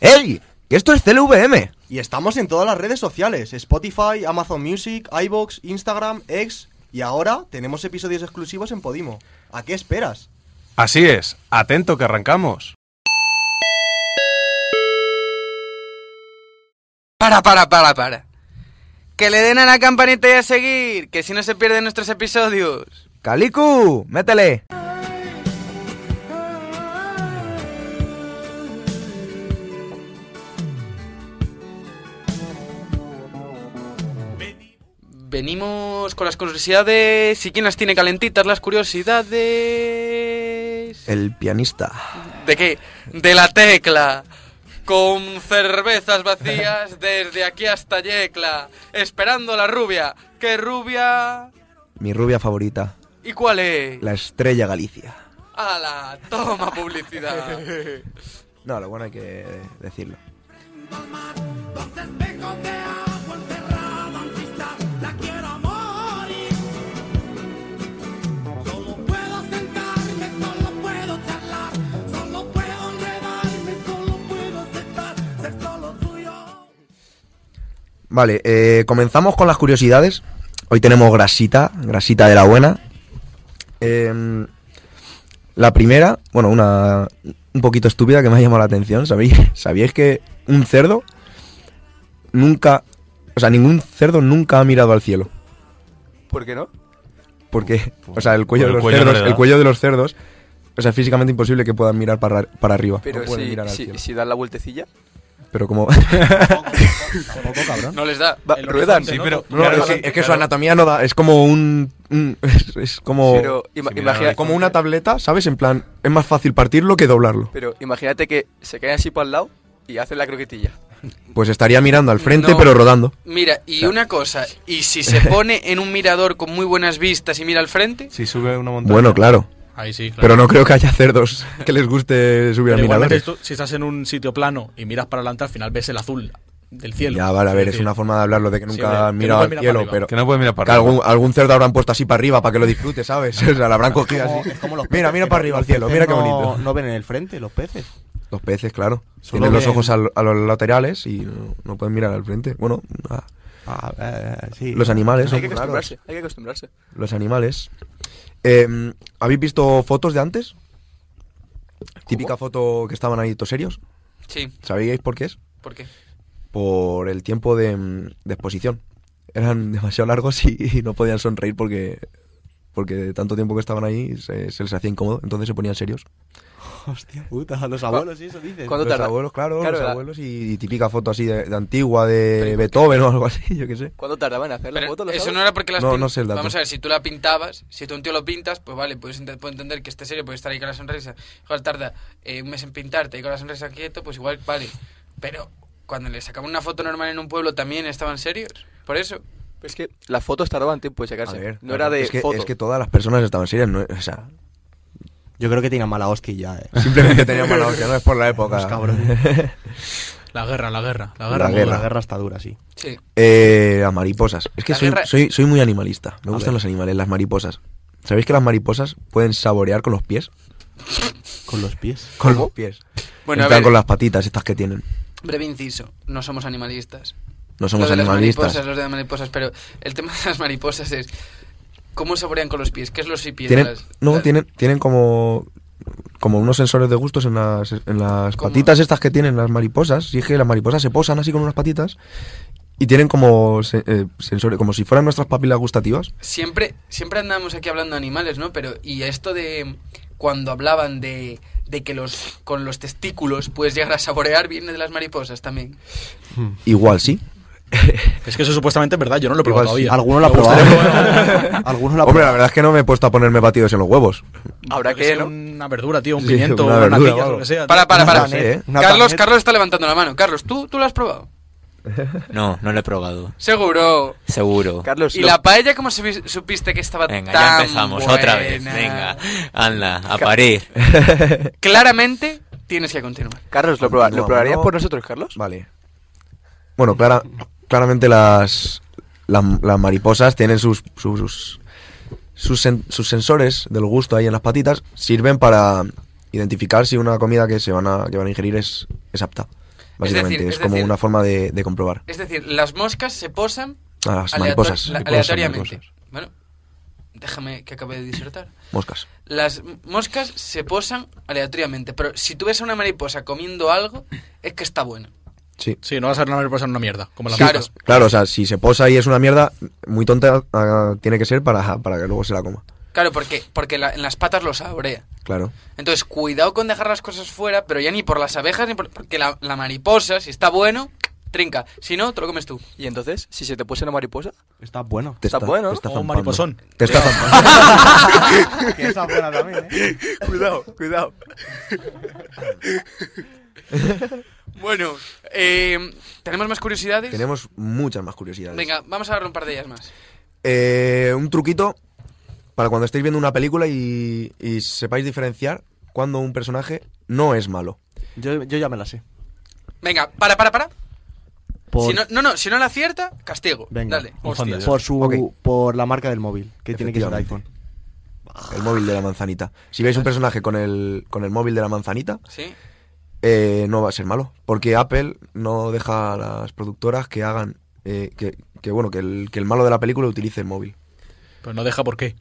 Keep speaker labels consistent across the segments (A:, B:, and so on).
A: ¡Ey! que Esto es CLVM.
B: Y estamos en todas las redes sociales: Spotify, Amazon Music, iBox, Instagram, X. Y ahora tenemos episodios exclusivos en Podimo. ¿A qué esperas?
C: Así es, atento que arrancamos.
D: Para, para, para, para. Que le den a la campanita y a seguir, que si no se pierden nuestros episodios.
A: Calicu, métele.
D: Venimos con las curiosidades y quién las tiene calentitas las curiosidades.
A: El pianista.
D: ¿De qué? De la tecla. Con cervezas vacías desde aquí hasta Yecla. Esperando a la rubia. ¿Qué rubia?
A: Mi rubia favorita.
D: ¿Y cuál es?
A: La estrella Galicia.
D: ¡Hala! Toma publicidad.
A: No, lo bueno hay que decirlo.
E: Los espejos de agua encerrada en cristal, la quiero a morir. Solo puedo sentarme, solo puedo charlar, solo puedo enredarme, solo puedo aceptar ser solo tuyo.
A: Vale, eh, comenzamos con las curiosidades. Hoy tenemos grasita, grasita de la buena. Em, la primera, bueno, una un poquito estúpida que me ha llamado la atención. ¿Sabéis, ¿Sabíais que un cerdo nunca, o sea, ningún cerdo nunca ha mirado al cielo?
F: ¿Por qué no?
A: Porque, o sea, el cuello,
C: Por
A: de los,
C: el cuello no
A: cerdos,
C: le da.
A: el cuello de los cerdos, o sea, es físicamente imposible que puedan mirar para, para arriba.
F: Pero
A: no pueden
F: si,
A: mirar al
F: si,
A: cielo.
F: si dan la vueltecilla,
A: Pero como...
B: Tampoco, cabrón.
D: No les da.
F: va-
B: El
F: ruedan.
B: horizonte,
C: Sí,
B: ¿no?
C: pero-
A: No,
C: Claro,
A: es,
C: sí,
A: que- es que su
C: claro.
A: anatomía no da, es como un... un- es, es como...
F: Pero ima-
C: Si miran
F: imagina-
C: al
A: Como una tableta, ¿sabes? En plan, es más fácil partirlo que doblarlo.
F: pero imagínate que se caen así por al lado y hacen la croquetilla.
A: Pues estaría mirando al frente,
D: No.
A: pero rodando.
D: Mira, y una cosa, y si se pone en un mirador con muy buenas vistas y mira al frente,
C: Si sube una montaña.
A: Bueno, claro.
G: Ahí sí, claro.
A: Pero no creo que haya cerdos que les guste subir
G: Pero
A: al
G: igualmente
A: miradores.
G: tú, si estás en un sitio plano y miras para adelante, al final ves el azul del cielo.
A: Ya, vale, a ver, es
G: decir,
A: una forma de hablarlo, de que
G: Sí,
A: nunca
G: hombre,
A: han
G: que
A: mirado
G: nunca
A: al
G: mira
A: cielo,
G: para
A: pero...
G: arriba.
C: Que no puede mirar
A: que
C: para
A: algún, algún cerdo habrán puesto así para arriba para que lo disfrute, ¿sabes? O sea, lo habrán cogido
B: como-
A: así.
B: es como los
A: Mira,
B: peces,
A: mira
B: que
A: para
B: no-
A: arriba al
B: los
A: cielo,
B: peces
A: mira qué
B: no-
A: bonito.
B: No ven en el frente los peces.
A: Los peces, claro.
B: Solo
A: Tienen los
B: ven-
A: ojos al- a los laterales y no, no pueden mirar al frente. Bueno, ah,
B: Ah, eh, sí.
A: los animales
F: Hay
A: son
F: que
A: raros.
F: acostumbrarse, hay que acostumbrarse.
A: Los animales. Eh, ¿Habéis visto fotos de antes? Típica foto que estaban ahí todos serios.
D: sí,
A: ¿Sabíais por qué es?
D: ¿por qué?
A: Por el tiempo de, mm, de exposición. Eran demasiado largos y, y no podían sonreír porque porque de tanto tiempo que estaban ahí se, se les hacía incómodo, entonces se ponían serios.
B: Hostia puta, los abuelos y eso dices.
F: ¿Cuándo
A: Los
F: tarda?
A: abuelos, claro,
F: Claro,
A: los
F: ¿verdad?
A: abuelos y, y típica foto así de, de antigua, de Beethoven o algo así, yo qué sé.
F: ¿Cuánto tardaban en hacer la
D: Pero
F: foto? lo
D: eso
F: sabes?
D: no era porque las
A: No,
D: pin-
A: no sé el dato.
D: Vamos a ver, si tú la pintabas, si tú a un tío lo pintas, pues vale, puedes ent- puedo entender que esté serio, puede estar ahí con la sonrisa. Igual tarda eh, un mes en pintarte y con la sonrisa quieto, pues igual vale. Pero cuando le sacaban una foto normal en un pueblo también estaban serios, por eso.
F: Es que las fotos tardaban tiempo
A: A
F: en sacarse.
A: ver,
F: no
A: claro,
F: era de
A: es que,
F: foto.
A: es que todas las personas estaban serias, no- o sea,
B: Yo creo que tiene mala hostia ya, eh.
A: simplemente tenían mala hostia, no es por la época.
B: Los cabrones.
G: La guerra, la guerra. La
A: La
G: guerra.
A: guerra.
B: La guerra está dura, sí.
D: Sí.
A: Eh, las mariposas. Es que
D: La
A: soy,
D: guerra-
A: soy, soy muy animalista. Me
B: A
A: gustan
B: ver.
A: los animales, las mariposas. ¿Sabéis que las mariposas pueden saborear con los pies?
B: Con los pies.
A: Con los pies.
D: Bueno,
A: En
D: a
A: plan,
D: ver,
A: con las patitas estas que tienen.
D: breve inciso, no somos animalistas.
A: No somos
D: Lo de las
A: animalistas.
D: mariposas, los de las mariposas, pero el tema de las mariposas es cómo saborean con los pies, qué es los pies.
A: Tienen,
D: Las-
A: no,
D: las-
A: tienen, tienen como, como unos sensores de gustos en las, en las
D: Como-
A: patitas estas que tienen las mariposas. Si es que las mariposas se posan así con unas patitas y tienen como se- eh, sensores, como si fueran nuestras papilas gustativas.
D: Siempre, siempre andamos aquí hablando de animales, ¿no? Pero, y esto de cuando hablaban de, de que los con los testículos puedes llegar a saborear viene de las mariposas también.
A: Igual sí.
G: Es que eso supuestamente es verdad, yo no lo he
A: Igual
G: probado
A: sí.
G: todavía.
B: Alguno la ha
G: Me gustaría
B: probado. Alguno la ha
A: Hombre, la
B: probado.
A: verdad es que no me he puesto a ponerme batidos en los huevos.
F: Habrá
G: que
F: que,
G: sea
F: ¿no?
G: una verdura, tío, un
A: Sí,
G: pimiento,
A: una
G: una
A: verdura,
G: natilla,
A: vamos.
G: lo que sea. tío.
D: Para, para, para.
A: No sé, ¿eh?
B: Una
D: Carlos,
B: paneta.
D: Carlos está levantando la mano. Carlos, ¿tú, tú lo has probado?
H: No, no lo he probado.
D: Seguro.
H: Seguro.
F: Carlos,
D: ¿Y
F: lo-
D: la paella cómo supi- supiste que estaba
H: Venga,
D: tan
H: ya empezamos otra vez.
D: buena?
H: Venga, anda, a parir.
D: Claramente tienes que continuar.
F: Carlos, ¿lo, proba- ¿lo
A: Continúa,
F: probarías
A: ¿no?
F: por nosotros, Carlos?
A: Vale. Bueno, clara, claramente las, la- las mariposas tienen sus sus, sus, sus sen- sus sensores del gusto ahí en las patitas, sirven para identificar si una comida que se van a, que van a ingerir es, es apta. básicamente.
D: decir-
A: es,
D: es
A: como
D: decir-
A: una forma de, de comprobar.
D: Es decir, las moscas se posan
A: A las
D: aleator-
A: mariposas,
D: la-
C: Mariposas,
D: aleatoriamente.
C: mariposas.
D: Bueno, déjame que acabe de disertar.
A: moscas.
D: Las m- moscas se posan aleatoriamente, pero si tú ves a una mariposa comiendo algo, es que está buena.
A: Sí.
G: Sí, no vas a ver una mariposa en una mierda, como las
D: Claro.
G: moscas.
A: Claro, o sea, si se posa y es una mierda, muy tonta ah, tiene que ser para, para que luego se la coma.
D: Claro, porque, porque la- en las patas lo saborea.
A: Claro.
D: Entonces, cuidado con dejar las cosas fuera, pero ya ni por las abejas ni por. Porque la, la mariposa, si está bueno, trinca. Si no, te lo comes tú.
F: Y entonces, si se te puso una mariposa,
B: Está bueno.
A: Te
F: Está bueno,
A: te
F: ¿no?
A: está
G: O un
A: zampando.
G: mariposón.
A: Te está zampando.
B: Ah, que esa es buena también, ¿eh?
F: cuidado, cuidado.
D: Bueno, eh, ¿tenemos más curiosidades?
A: Tenemos muchas más curiosidades.
D: Venga, vamos a dar un par de ellas más.
A: Eh, un truquito para cuando estéis viendo una película y, y sepáis diferenciar cuando un personaje no es malo.
B: Yo, yo ya me la sé.
D: Venga, para, para, para.
B: Por,
D: Si no, no, no, si no la acierta, castigo.
B: Venga.
D: Dale,
B: Un
D: hostias.
C: fan de
B: por su,
A: Ok.
B: por la marca del móvil, que tiene que ser iPhone.
A: Efectivamente. El móvil de la manzanita. Si veis un personaje con el, con el móvil de la manzanita,
D: Sí.
A: eh, no va a ser malo. Porque Apple no deja a las productoras que hagan. eh, que, que, bueno, que el, que el malo de la película utilice el móvil.
G: Pero no deja por qué.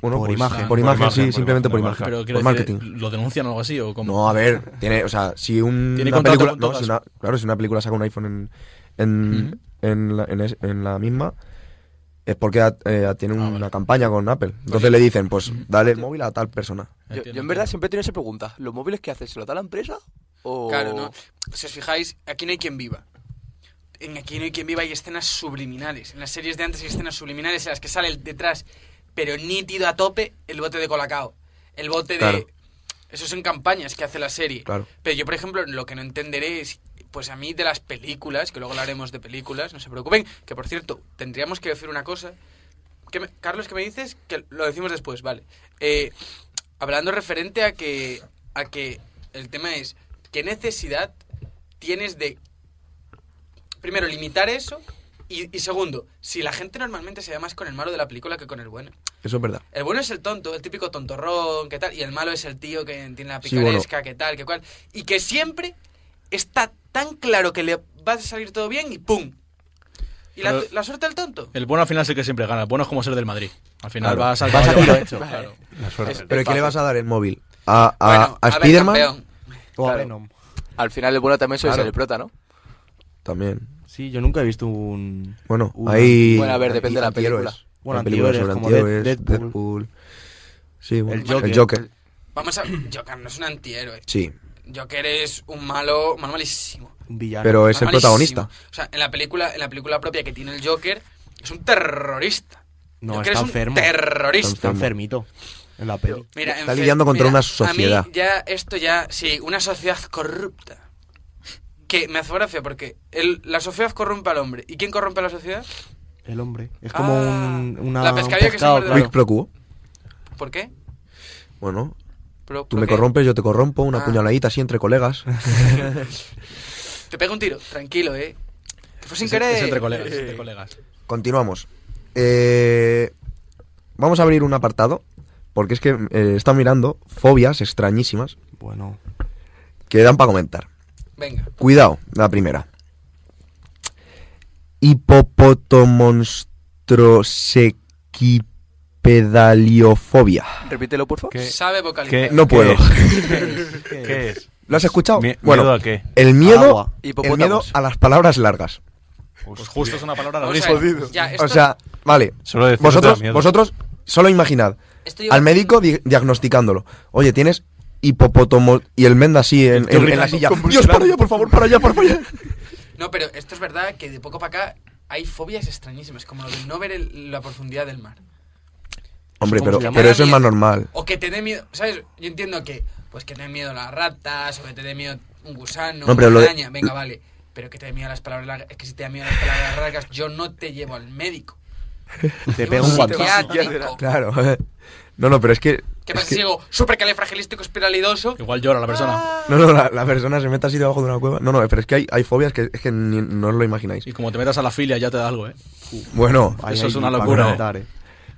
A: Bueno,
B: Por
A: pues,
B: imagen.
A: Por
C: Por
A: imagen, sí,
C: imagen, por
A: simplemente por imagen.
C: imagen, por
G: Pero quiero
A: por
G: decir,
A: marketing.
G: ¿lo denuncian o algo así? O como...
A: No, a ver, tiene, o sea, si un-
G: Tiene
A: una
G: contrato
A: película,
G: con
A: no,
G: todas.
A: si una- claro, si una película saca un iPhone en, en,
G: Ujú.
A: en la, en es- en la misma, es porque a- eh, a- tiene
G: Ah,
A: una
G: vale.
A: campaña con Apple. Entonces le dicen, pues dale el móvil a tal persona.
F: Yo,
G: Entiendo,
F: yo en verdad
G: entiendo.
F: siempre he tenido esa pregunta. ¿Los móviles que haces se lo da la empresa? O...
D: Claro, ¿no? Si os fijáis, aquí no hay quien viva. En Aquí no hay quien viva hay escenas subliminales. En las series de antes hay escenas subliminales en las que sale el detrás, pero nítido a tope, el bote de colacao. El bote
A: Claro.
D: de... Eso son campañas que hace la serie.
A: Claro.
D: Pero yo, por ejemplo, lo que no entenderé es... Pues a mí de las películas, que luego hablaremos de películas, no se preocupen. Que, por cierto, tendríamos que decir una cosa. ¿Qué me- Carlos, ¿qué me dices? Que lo decimos después, vale. Eh, hablando referente a que, a que el tema es, ¿qué necesidad tienes de, primero, limitar eso? Y, y segundo, si la gente normalmente se da más con el malo de la película que con el bueno.
A: Eso es verdad.
D: El bueno es el tonto, el típico tontorrón, que tal, y el malo es el tío que tiene la
A: Sí, bueno.
D: picaresca, que tal, que cual. Y que siempre está tan claro que le va a salir todo bien y ¡pum! Y la,
G: Pero-
D: la suerte del tonto.
G: El bueno al final es el que siempre gana. El bueno es como ser del Madrid. Al ¿eh? final
A: Claro.
G: vas a...
B: Vas a tiro hecho.
G: Claro.
C: La
F: Es-
C: suerte.
A: Pero
F: es
A: ¿qué le
F: fácil.
A: vas a dar el móvil? ¿A, a,
D: Bueno,
A: a
D: ver,
A: Spiderman?
D: campeón.
B: O a
F: Claro.
B: Venom.
F: Al final el bueno también suele
A: Claro.
F: ser el prota, ¿no?
A: También.
B: Sí, yo nunca he visto un...
A: Bueno,
B: un-
A: ahí...
F: Bueno, a ver, depende de la película.
A: Bueno,
B: Bueno,
A: Hay películas
B: antihéroes,
A: sobre
B: como Dead-
A: antihéroes, Deadpool.
B: Deadpool.
A: Sí, bueno,
B: Joker.
A: el Joker.
D: Vamos a. Joker no es un antihéroe.
A: Sí,
D: Joker es un malo, malo malísimo.
B: Un villano.
A: pero es el
D: Malo malísimo.
A: protagonista.
D: O sea, en la película, en la película propia que tiene el Joker, es un terrorista.
B: No,
D: Joker
B: está
D: es un
B: enfermo.
D: terrorista.
B: Está enfermito. En la peli.
D: Mira,
A: Está
D: enfer-
A: lidiando contra
D: mira,
A: una sociedad.
D: A mí ya esto ya, sí, una sociedad corrupta. Que me hace gracia porque el- la sociedad corrompe al hombre. ¿Y quién corrompe a la sociedad?
B: El hombre. Es como
D: Ah,
B: un, una,
D: la
B: un
D: pescadilla que se
B: pescado,
D: muerde la-
B: claro.
A: Quid pro quo.
D: ¿Por qué?
A: Bueno,
D: Pro-
A: tú
D: ¿por
A: me
D: qué?
A: corrompes, yo te corrompo, una
D: Ah.
A: puñaladita así entre colegas.
D: Te pego un tiro, tranquilo, eh. Que fue sin
G: Es-
D: querer.
G: Es entre colegas, es entre colegas.
A: Continuamos. Eh, vamos a abrir un apartado, porque es que eh, he estado mirando fobias extrañísimas
B: Bueno,
A: que dan para comentar.
D: Venga.
A: Cuidado, la primera. Hipopotomonstrosequipedaliofobia.
F: Repítelo, por favor.
C: ¿Qué?
D: Sabe vocalizar.
A: Eh, No
C: ¿Qué
A: puedo.
C: es?
B: ¿Qué
C: ¿Qué es?
A: ¿Lo has escuchado?
C: Mie-
A: bueno,
C: ¿Miedo a qué?
A: el miedo,
B: Agua.
A: el miedo
F: Hipopótamos.
A: a las palabras largas.
G: Pues justo es una palabra
D: Vamos
G: larguísima.
D: a ver, ya, Ah, esto-
A: O sea, vale,
C: Solo decir
A: Vosotros, vosotros, solo imaginad.
D: Esto lleva-
A: Al médico di- diagnosticándolo. Oye, tienes hipopotomo... Y el menda así en, en- en la silla. Dios, para allá, por favor, para allá, por favor.
D: No, pero esto es verdad que de poco para acá hay fobias extrañísimas, como lo de no ver el- la profundidad del mar.
A: Hombre,
D: Como
A: pero,
D: si la
A: pero eso es
D: mala
A: más normal.
D: O que te dé miedo, ¿sabes? Yo entiendo que, pues que te dé miedo las ratas, o que te dé miedo un gusano,
A: No, pero
D: una
A: lo de-
D: araña, venga, vale. Pero que te dé miedo las palabras largas, es que si te da miedo las palabras largas, yo no te llevo al médico.
B: te
D: Llevo a
B: pega un guantazo.
D: psiquiátrico.
A: Claro. eh. No, no, pero es que...
D: ¿Qué
A: es
D: pasa
A: que-
D: si digo supercalifragilístico espiralidoso?
G: Igual llora la persona.
A: No, no, la, la persona se mete así debajo de una cueva. No, no, pero es que hay, hay fobias que, es que ni- no os lo imagináis.
G: Y como te metas a la filia ya te da algo, ¿eh?
A: Bueno, Em,
B: Ahí
G: Eso
B: hay
G: es una
B: para
G: locura,
B: comentar, eh.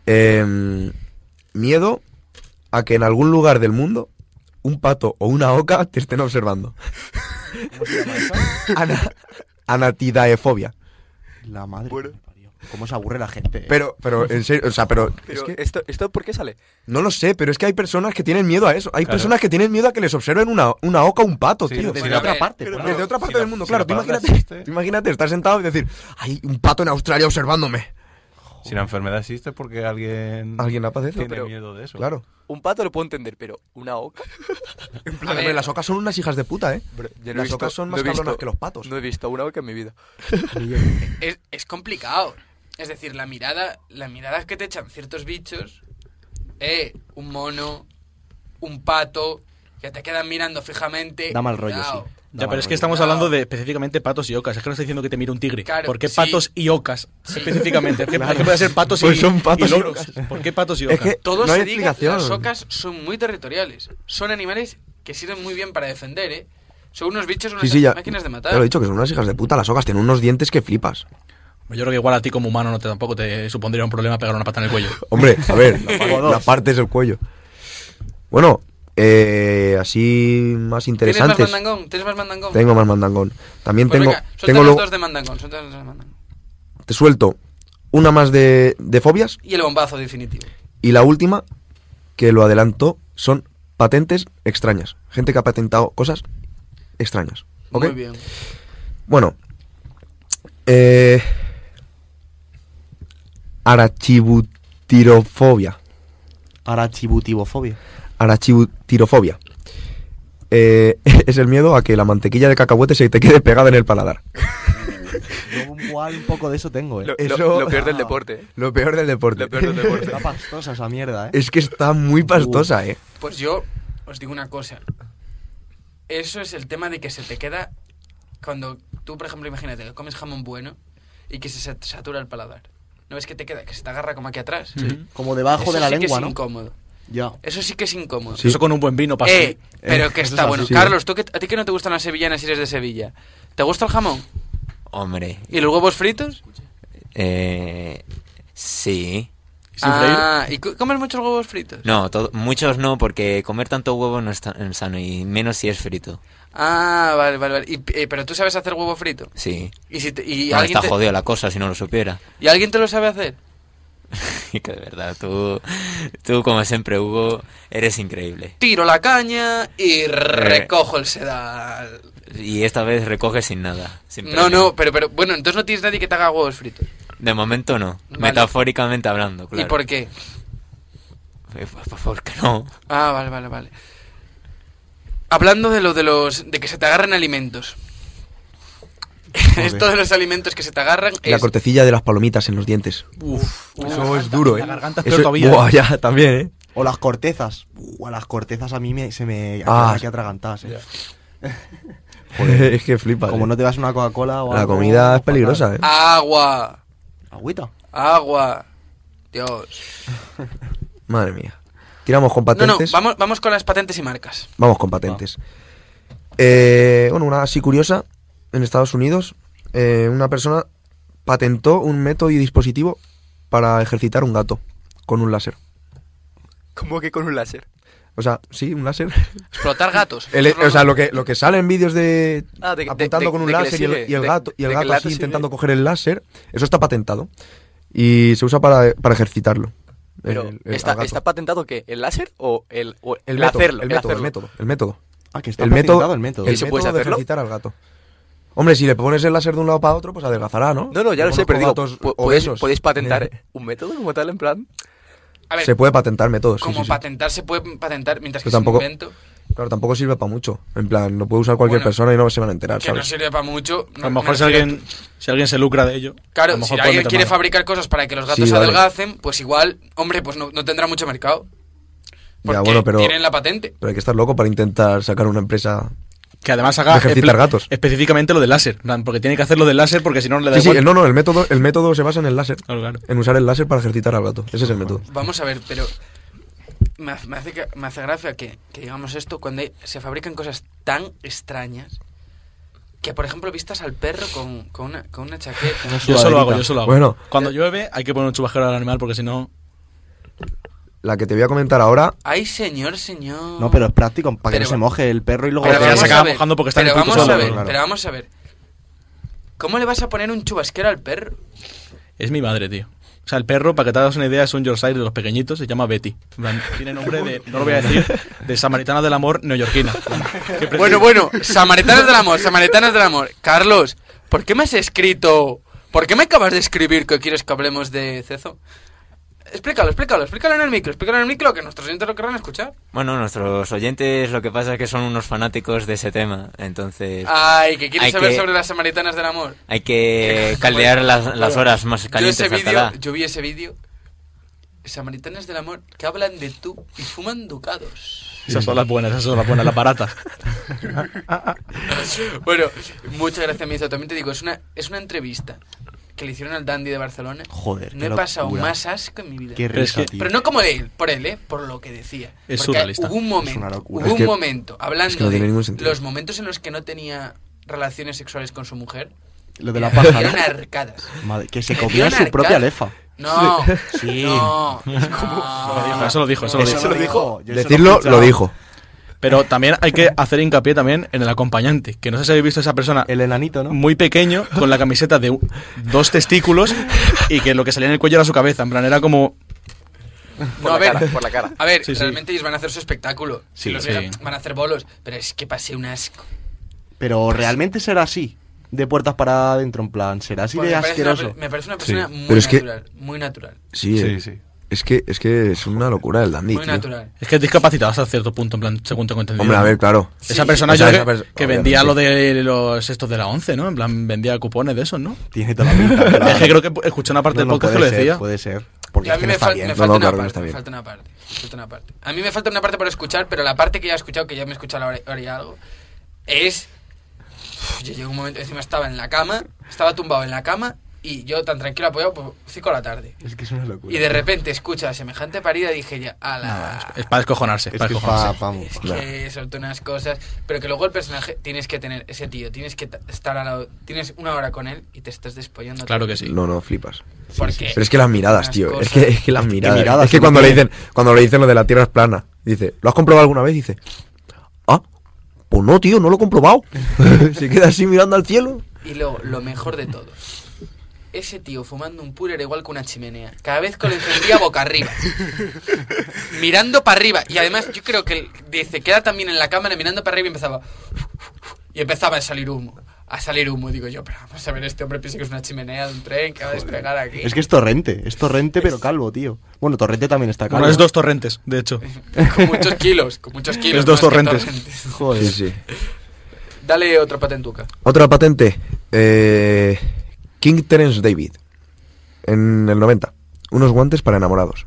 A: eh, miedo a que en algún lugar del mundo un pato o una oca te estén observando.
B: ¿Cómo se llama eso?
A: Ana- anatidaefobia.
B: La madre.
F: Bueno.
B: que me parió. ¿Cómo se aburre la gente? eh.
A: Pero, pero, en serio, o sea, pero,
F: Pero
A: es que-
F: esto, ¿esto por qué sale?
A: no lo sé, pero es que hay personas que tienen miedo a eso. Hay
C: Claro.
A: personas que tienen miedo a que les observen una, una oca o un pato,
C: Sí,
A: tío.
B: desde
C: Bueno, a
B: otra
D: ver,
B: parte.
F: pero-
B: claro.
A: Desde otra
C: si
A: parte
C: la-
A: del mundo,
C: si
A: claro.
C: la
A: tú,
C: palabra
A: imagínate,
C: existe.
A: tú imagínate estar sentado y decir, hay un pato en Australia observándome.
C: Si la enfermedad existe porque alguien,
A: Alguien la padece.
C: tiene
A: Pero-
C: miedo de eso.
A: Claro.
F: Un pato lo puedo entender, pero ¿una oca?
A: En
D: A
A: plan,
D: ver.
A: hombre, las ocas son unas hijas de puta, ¿eh?
F: Bro, yo
A: Las ocas son más
F: he visto-
A: cabronas que los patos.
F: No he visto una oca en mi vida.
D: Es, es complicado. Es decir, la mirada, la mirada que te echan ciertos bichos, eh, un mono, un pato, que te quedan mirando fijamente.
B: Da mal rollo,
D: cuidado.
B: sí. Da
G: Ya,
B: mal
G: pero es que
B: rollo.
G: estamos
D: No.
G: hablando de específicamente patos y ocas. Es que no está diciendo que te mire un tigre.
D: Claro,
G: ¿Por qué
D: sí.
G: patos y ocas?
D: Sí.
G: Específicamente. Es que, es que puede ser patos,
A: Pues
G: y,
A: son patos
G: y
A: y
G: loros.
A: ocas.
G: ¿Por qué patos y
A: Es
G: ocas?
A: que-
D: Todo
A: No hay
D: se diga, las
A: explicación.
D: ocas son muy territoriales. Son animales que sirven muy bien para defender, eh. Son unos bichos, unas
A: Sí, sí, ya.
D: máquinas de
A: Ya
D: matar.
A: lo he dicho, que son unas hijas de puta. Las ocas tienen unos dientes que flipas.
G: Yo creo que igual a ti como humano no te, tampoco te supondría un problema pegar una pata en el cuello.
A: Hombre, a ver, la parte es el cuello. Bueno, eh, así más
D: ¿Tienes más
A: interesantes.
D: mandangón? ¿Tienes más mandangón?
A: Tengo más mandangón. También
D: Pues
A: tengo,
D: venga, suelta
A: tengo
D: las
A: luego-
D: dos de mandangón, suelta las dos de mandangón.
A: te suelto una más de, de fobias
D: Y el bombazo definitivo.
A: y la última que lo adelantó son patentes extrañas. Gente que ha patentado cosas extrañas. ¿ok?
D: Muy bien.
A: Bueno, eh, arachibutirofobia.
B: Arachibutivofobia.
A: arachibutirofobia. Eh, es el miedo a que la mantequilla de cacahuete se te quede pegada en el paladar.
B: Yo un, guay, un poco de eso tengo, eh.
F: Lo, lo-
A: Eso-
F: lo peor del
B: Ah.
F: deporte. eh.
A: Lo peor del deporte.
F: Lo peor del deporte.
B: Está pastosa esa mierda, eh.
A: es que está muy pastosa, ¿eh?
D: Pues yo os digo una cosa. Eso es el tema de que se te queda cuando tú, por ejemplo, imagínate que comes jamón bueno y que se sat- satura el paladar. ¿No ves que te queda? Que se te agarra como aquí atrás.
B: Como debajo
D: Eso
B: de la
D: sí que
B: lengua,
D: es
B: ¿no?
D: incómodo.
B: Ya.
D: Eso sí que es incómodo.
A: Sí.
G: Eso con un buen vino pasa.
D: Eh, pero
B: Eh,
D: que
B: eso
D: está
B: es
D: bueno.
B: así,
D: Carlos, ¿tú que, ¿a ti que no te gustan las sevillanas si eres de Sevilla? ¿Te gusta el jamón?
H: Hombre,
D: ¿Y los huevos fritos?
H: eh, sí.
G: Sin
D: ah, ¿y cu- comes muchos huevos fritos?
H: No, to- muchos no, porque comer tanto huevo no es tan sano y menos si es frito.
D: Ah, vale, vale, vale. Y- eh, pero tú sabes hacer huevo frito.
H: Sí.
D: ¿Y, si te- y
H: No,
D: alguien
H: está
D: te-
H: jodido la cosa si no lo supiera.
D: ¿Y alguien te lo sabe hacer?
H: Y que de verdad, tú, tú como siempre, Hugo, eres increíble.
D: tiro la caña
A: Eh.
D: y recojo el sedal.
H: Y esta vez recoges sin nada. sin
D: No,
H: premio.
D: no, pero, pero bueno, entonces no tienes nadie que te haga huevos fritos.
H: De momento no.
D: Vale.
H: Metafóricamente hablando, claro.
D: ¿Y por qué?
H: Eh, por- por- ¿Por qué no?
D: Ah, vale, vale, vale. Hablando de lo de los de que se te agarran alimentos. Esto de los alimentos que se te agarran
A: La
D: es
A: cortecilla de las palomitas en los dientes.
G: Uf,
D: Uf,
A: Eso es duro, ¿eh?
G: la garganta es
A: Eso-
G: peor todavía.
A: Buah, ya, también, ¿eh?
B: O las cortezas. Buah, las cortezas a mí me, se me
A: Ah.
B: que atragantadas, eh.
A: Joder, es que flipa. ¿eh?
B: Como no te das una Coca-Cola o
A: La
B: algo,
A: comida es
B: fatal.
A: peligrosa, ¿eh?
D: agua,
B: Agüita.
D: agua. Dios.
A: Madre mía. Tiramos con
D: No, no,
A: patentes.
D: vamos, vamos con las patentes y marcas.
A: Vamos con patentes. Eh, bueno, una así curiosa. En Estados Unidos, eh, una persona patentó un método y dispositivo para ejercitar un gato con un láser.
F: ¿Cómo que con un láser?
A: O sea, sí, un láser.
D: Explotar gatos.
A: El- e, o sea, lo que, lo que sale en vídeos de
F: Ah, de- de-
A: apuntando
F: de-
A: con un
F: de que le
A: láser y el,
F: sigue,
A: y el
F: de-
A: gato, y el
F: de que el
A: gato
F: gato
A: así
F: sigue.
A: intentando coger el láser, eso está patentado. Y se usa para, para ejercitarlo.
F: Pero,
A: el- el- al
F: ¿está,
A: gato.
F: ¿está patentado qué? ¿El láser o el, o
A: el,
F: el
A: método,
F: hacerlo?
A: el, método, el
F: hacerlo?
A: método, el método.
B: Ah, que está
A: El método,
B: patentado el método.
A: el
F: ¿Y se puede
A: método de
F: hacerlo?
A: ejercitar al gato. Hombre, si le pones el láser de un lado para otro, pues adelgazará, ¿no?
F: No, no, ya
A: Yo
F: lo
A: conozco
F: sé, pero digo,
A: gatos
F: po- ¿podéis,
A: obesos. Eh,
F: podéis patentar un método como tal, en plan?
D: A ver,
A: Se puede patentar métodos, sí,
D: como
A: sí, sí.
D: patentar se puede patentar mientras
A: Pero
D: que es un
A: tampoco-
D: invento.
A: Claro, tampoco sirve para mucho. En plan, lo puede usar cualquier
D: Bueno,
A: persona y no se van a enterar,
D: Que no
A: ¿sabes?
D: sirve para mucho.
G: A lo
D: Me
G: mejor si
D: refiero-
G: alguien, si alguien se lucra de ello. a
D: Claro,
G: lo
D: si
G: mejor puede
D: alguien
G: meter
D: quiere
G: mano.
D: fabricar cosas para que los gatos
A: Sí,
D: se
A: vale.
D: adelgacen, pues igual, hombre, pues no, no tendrá mucho mercado. Porque
A: Ya, bueno, pero,
D: tienen la patente.
A: pero hay que estar loco para intentar sacar una empresa
G: Que además haga
A: Ejercitar
G: espe-
A: gatos.
G: específicamente lo del láser. en plan, Porque tiene que hacer lo del láser porque si no no le da
A: Sí, sí,
G: igual.
A: no, no, el método, el método se basa en el láser.
D: Ah.
G: Claro, claro.
A: En usar el láser para ejercitar al gato. Ese es el método.
D: Vamos a ver, pero me, ha- me hace, que- me hace gracia que, que digamos esto cuando hay- se fabrican cosas tan extrañas que, por ejemplo, vistas al perro con, con una, con una chaqueta.
G: Yo solo hago, yo solo hago.
A: Bueno.
G: Cuando llueve hay que poner un chubajero al animal porque si no...
A: la que te voy a comentar ahora.
D: Ay, señor, señor.
B: No, pero es práctico para que no
D: Pero-
B: se moje el perro y luego.
G: Pero
B: lo
G: ya se
D: vamos
G: acaba
D: a ver,
G: mojando porque está en
D: pero
G: el puto
D: vamos
A: suelo,
D: a ver,
A: claro.
D: Pero vamos a ver. ¿Cómo le vas a poner un chubasquero al perro?
G: Es mi madre, tío. O sea, el perro, para que te hagas una idea, es un Yorkshire de los pequeñitos, se llama Betty. En plan, Tiene nombre de, no lo voy a decir, de Samaritana del Amor neoyorquina. Qué precioso.
D: Bueno, bueno, samaritanas del amor, samaritanas del amor. Carlos, ¿por qué me has escrito? ¿Por qué me acabas de escribir que quieres que hablemos de Cezo? Explícalo, explícalo, explícalo en el micro, explícalo en el micro que nuestros oyentes lo querrán escuchar.
H: Bueno, nuestros oyentes lo que pasa es que son unos fanáticos de ese tema, entonces
D: Ay, que quieres
H: Hay
D: saber
H: que-
D: sobre las samaritanas del amor.
H: hay que caldear las, las horas más
D: Yo
H: calientes
D: ese
H: de
D: vídeo,
H: Alcalá.
D: yo vi ese vídeo. Samaritanas del amor que hablan de tú y fuman ducados.
G: Esas son las buenas, esas son las buenas, las baratas.
D: Bueno, muchas gracias, Mizo. También te digo, es una, es una entrevista que le hicieron al Dandy de Barcelona.
B: Joder,
D: No
B: qué
D: he pasado
B: locura.
D: más asco en mi vida.
B: Qué
G: Pero es
B: risa,
G: que-
B: tío.
D: Pero no como de él, por él, ¿eh? Por lo que decía.
G: Es
D: Porque
G: surrealista.
D: Hubo un
B: Es una
D: momento,
B: locura.
D: hubo
A: Es
D: un
A: que-
D: momento hablando
A: es que no tiene ningún
D: de
A: sentido.
D: los momentos en los que no tenía relaciones sexuales con su mujer.
B: Lo de la
D: eran-
B: paja.
D: Eran
B: ¿no?
D: arcadas.
B: Madre, que se
D: Me
B: comía
D: dio
B: su
D: una
B: propia
D: arcada.
B: lefa.
D: No,
B: Sí.
D: no, no.
G: Eso lo dijo, eso lo dijo.
B: Eso lo dijo. yo eso
A: Decirlo,
B: escuchaba.
A: lo dijo.
G: Pero también hay que hacer hincapié también en el acompañante, que no sé si habéis visto a esa persona
B: El enanito, ¿no?
G: muy pequeño, con la camiseta de u- dos testículos y que lo que salía en el cuello era su cabeza. En plan, era como...
D: No,
F: Por
D: a
F: la
D: ver,
F: cara, por la cara.
D: A ver,
G: Sí, sí.
D: realmente ellos van a hacer su espectáculo.
G: Sí,
D: Sí, los
G: sí.
D: dejan- van a hacer bolos. Pero es que pasé un asco.
B: Pero realmente será así. De puertas para adentro, en plan. Será así
D: Porque
B: de
D: Pues me, parece una,
B: asqueroso.
D: per- me parece una persona
C: Sí.
D: muy,
A: Pero es que-
D: natural, muy natural.
A: Sí,
C: Sí,
A: eh.
C: sí.
A: Es que, es que es una locura el dandy.
D: Muy
A: tío.
D: natural.
G: Es que es discapacitado hasta cierto punto, en plan, según tengo entendido.
A: Hombre, a ver, claro.
G: Esa persona
A: O sea,
G: yo
A: esa
G: creo
A: perso-
G: que, que vendía lo
A: obviamente.
G: de los estos de la 11, ¿no? En plan, vendía cupones de esos, ¿no?
B: Tiene toda la pinta. claro.
G: Es que creo que escuché una
B: No,
G: parte del
B: no,
G: podcast que
B: puede
G: lo
B: ser,
G: decía.
B: Puede ser. Porque
D: a
B: es
D: mí
B: que
D: me,
B: no está
D: fal-
B: bien.
D: me
A: No,
D: falta
A: no,
D: una
A: claro, no
D: parte.
A: está
D: me
A: bien.
D: falta una parte. me falta una parte. A mí me falta una parte por escuchar, pero la parte que ya he escuchado, que ya me he escuchado ahora, ahora y algo, es. Uf, Yo llegué un momento, encima estaba en la cama, estaba tumbado en la cama y yo tan tranquilo apoyado, pues 5 de la tarde.
B: Es que es una locura.
D: Y de repente escucho a semejante parida y dije ya, a la.
G: Es para descojonarse,
B: Es
G: para
B: que es
G: descojonarse.
B: pa- vamos.
D: Es
B: pa-
D: que soltó unas cosas, pero que luego el personaje tienes que tener ese tío, tienes que ta- estar al lado, tienes una hora con él y te estás despollando.
G: Claro que sí.
A: No, no, flipas.
D: Porque
A: Pero es que las miradas,
D: unas
A: tío.
D: cosas-
A: Es que, es que las miradas.
B: miradas
A: es que
B: que
A: cuando le
B: tiene.
A: dicen, cuando le dicen lo de la tierra es plana, dice, ¿lo has comprobado alguna vez? Dice, ah, pues no, tío, no lo he comprobado. Se queda así mirando al cielo.
D: Y luego, lo mejor de todo. Ese tío fumando un puro era igual que una chimenea. Cada vez que lo encendía boca arriba. mirando para arriba. Y además yo creo que él dice, queda también en la cámara mirando para arriba y empezaba... Y empezaba a salir humo. A salir humo. Digo yo, pero vamos a ver, este hombre piensa que es una chimenea de un tren que va a despegar aquí.
B: Es que es torrente. Es torrente, pero calvo, tío. Bueno, torrente también está calvo.
G: Bueno, es dos torrentes, de hecho.
D: Con muchos kilos, con muchos kilos.
G: Es dos
D: más que
G: torrentes.
B: Joder.
A: Sí, sí.
D: Dale otra patentuca.
A: Otra patente. eh, King Terence David. En el 90. Unos guantes para enamorados.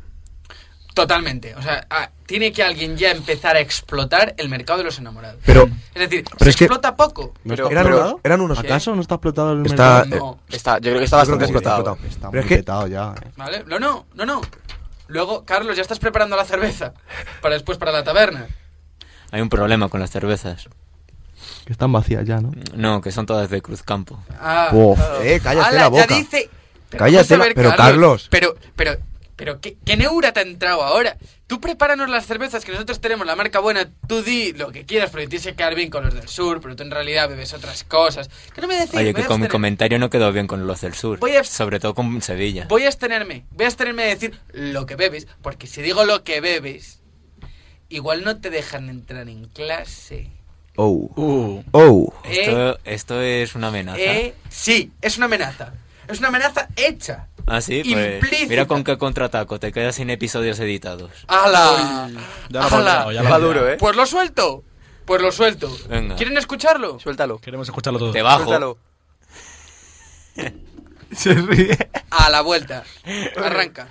D: Totalmente. O sea, ah, tiene que alguien ya empezar a explotar el mercado de los enamorados.
A: Pero
D: Es decir,
A: Pero
D: se
A: es que-
D: explota poco.
B: ¿No
F: Pero-
B: está
A: eran,
B: explotado?
A: eran unos.
D: Sí.
B: ¿Acaso no está explotado el
A: Está-
B: mercado?
A: eh,
D: No.
F: Está, yo creo que está
A: yo creo
F: bastante
A: que sí, está
F: explotado.
A: explotado. Pero
B: Está muy
A: es que-
B: petado ya. eh.
D: ¿Vale? No, no, no, no. Luego, Carlos, ya estás preparando la cerveza. Para después para la taberna.
H: Hay un problema con las cervezas.
B: Que están vacías ya, ¿no?
H: No, que son todas de Cruzcampo.
D: Ah,
A: Uf,
D: claro.
A: eh, cállate
D: Ala,
A: la boca.
D: Ya dice, pero
A: Cállate
D: vamos a
A: la-
D: ver,
A: pero, Carlos.
D: Pero, pero, pero, ¿qué, qué neura te ha entrado ahora? Tú prepáranos las cervezas que nosotros tenemos, la marca buena. Tú di lo que quieras, porque tienes que quedar bien con los del sur, pero tú en realidad bebes otras cosas. Que no me decís,
H: Oye,
D: voy,
H: que
D: a
H: con mi
D: abstener-
H: comentario no quedó bien con los del sur.
D: Voy a-
H: Sobre todo con Sevilla.
D: voy a abstenerme. Voy a abstenerme de decir lo que bebes, porque si digo lo que bebes, igual no te dejan entrar en clase.
A: Oh.
G: Uh,
A: Oh.
D: ¿eh?
H: Esto, esto es una amenaza.
D: Eh, sí, es una amenaza. Es una amenaza hecha.
H: Ah, sí, pues,
D: Implícita.
H: Mira con qué contraataco, te quedas sin episodios editados.
D: ¡Hala!
G: ya lo ha
D: ¡Hala!
G: pautado, ya lo ha
F: Va
G: pautado.
F: duro, ¿eh?
D: Pues lo suelto. Pues lo suelto.
H: Venga.
D: ¿Quieren escucharlo?
F: Suéltalo.
G: Queremos escucharlo todo.
H: Te bajo.
F: Suéltalo.
C: Se ríe.
D: A la vuelta. Arranca.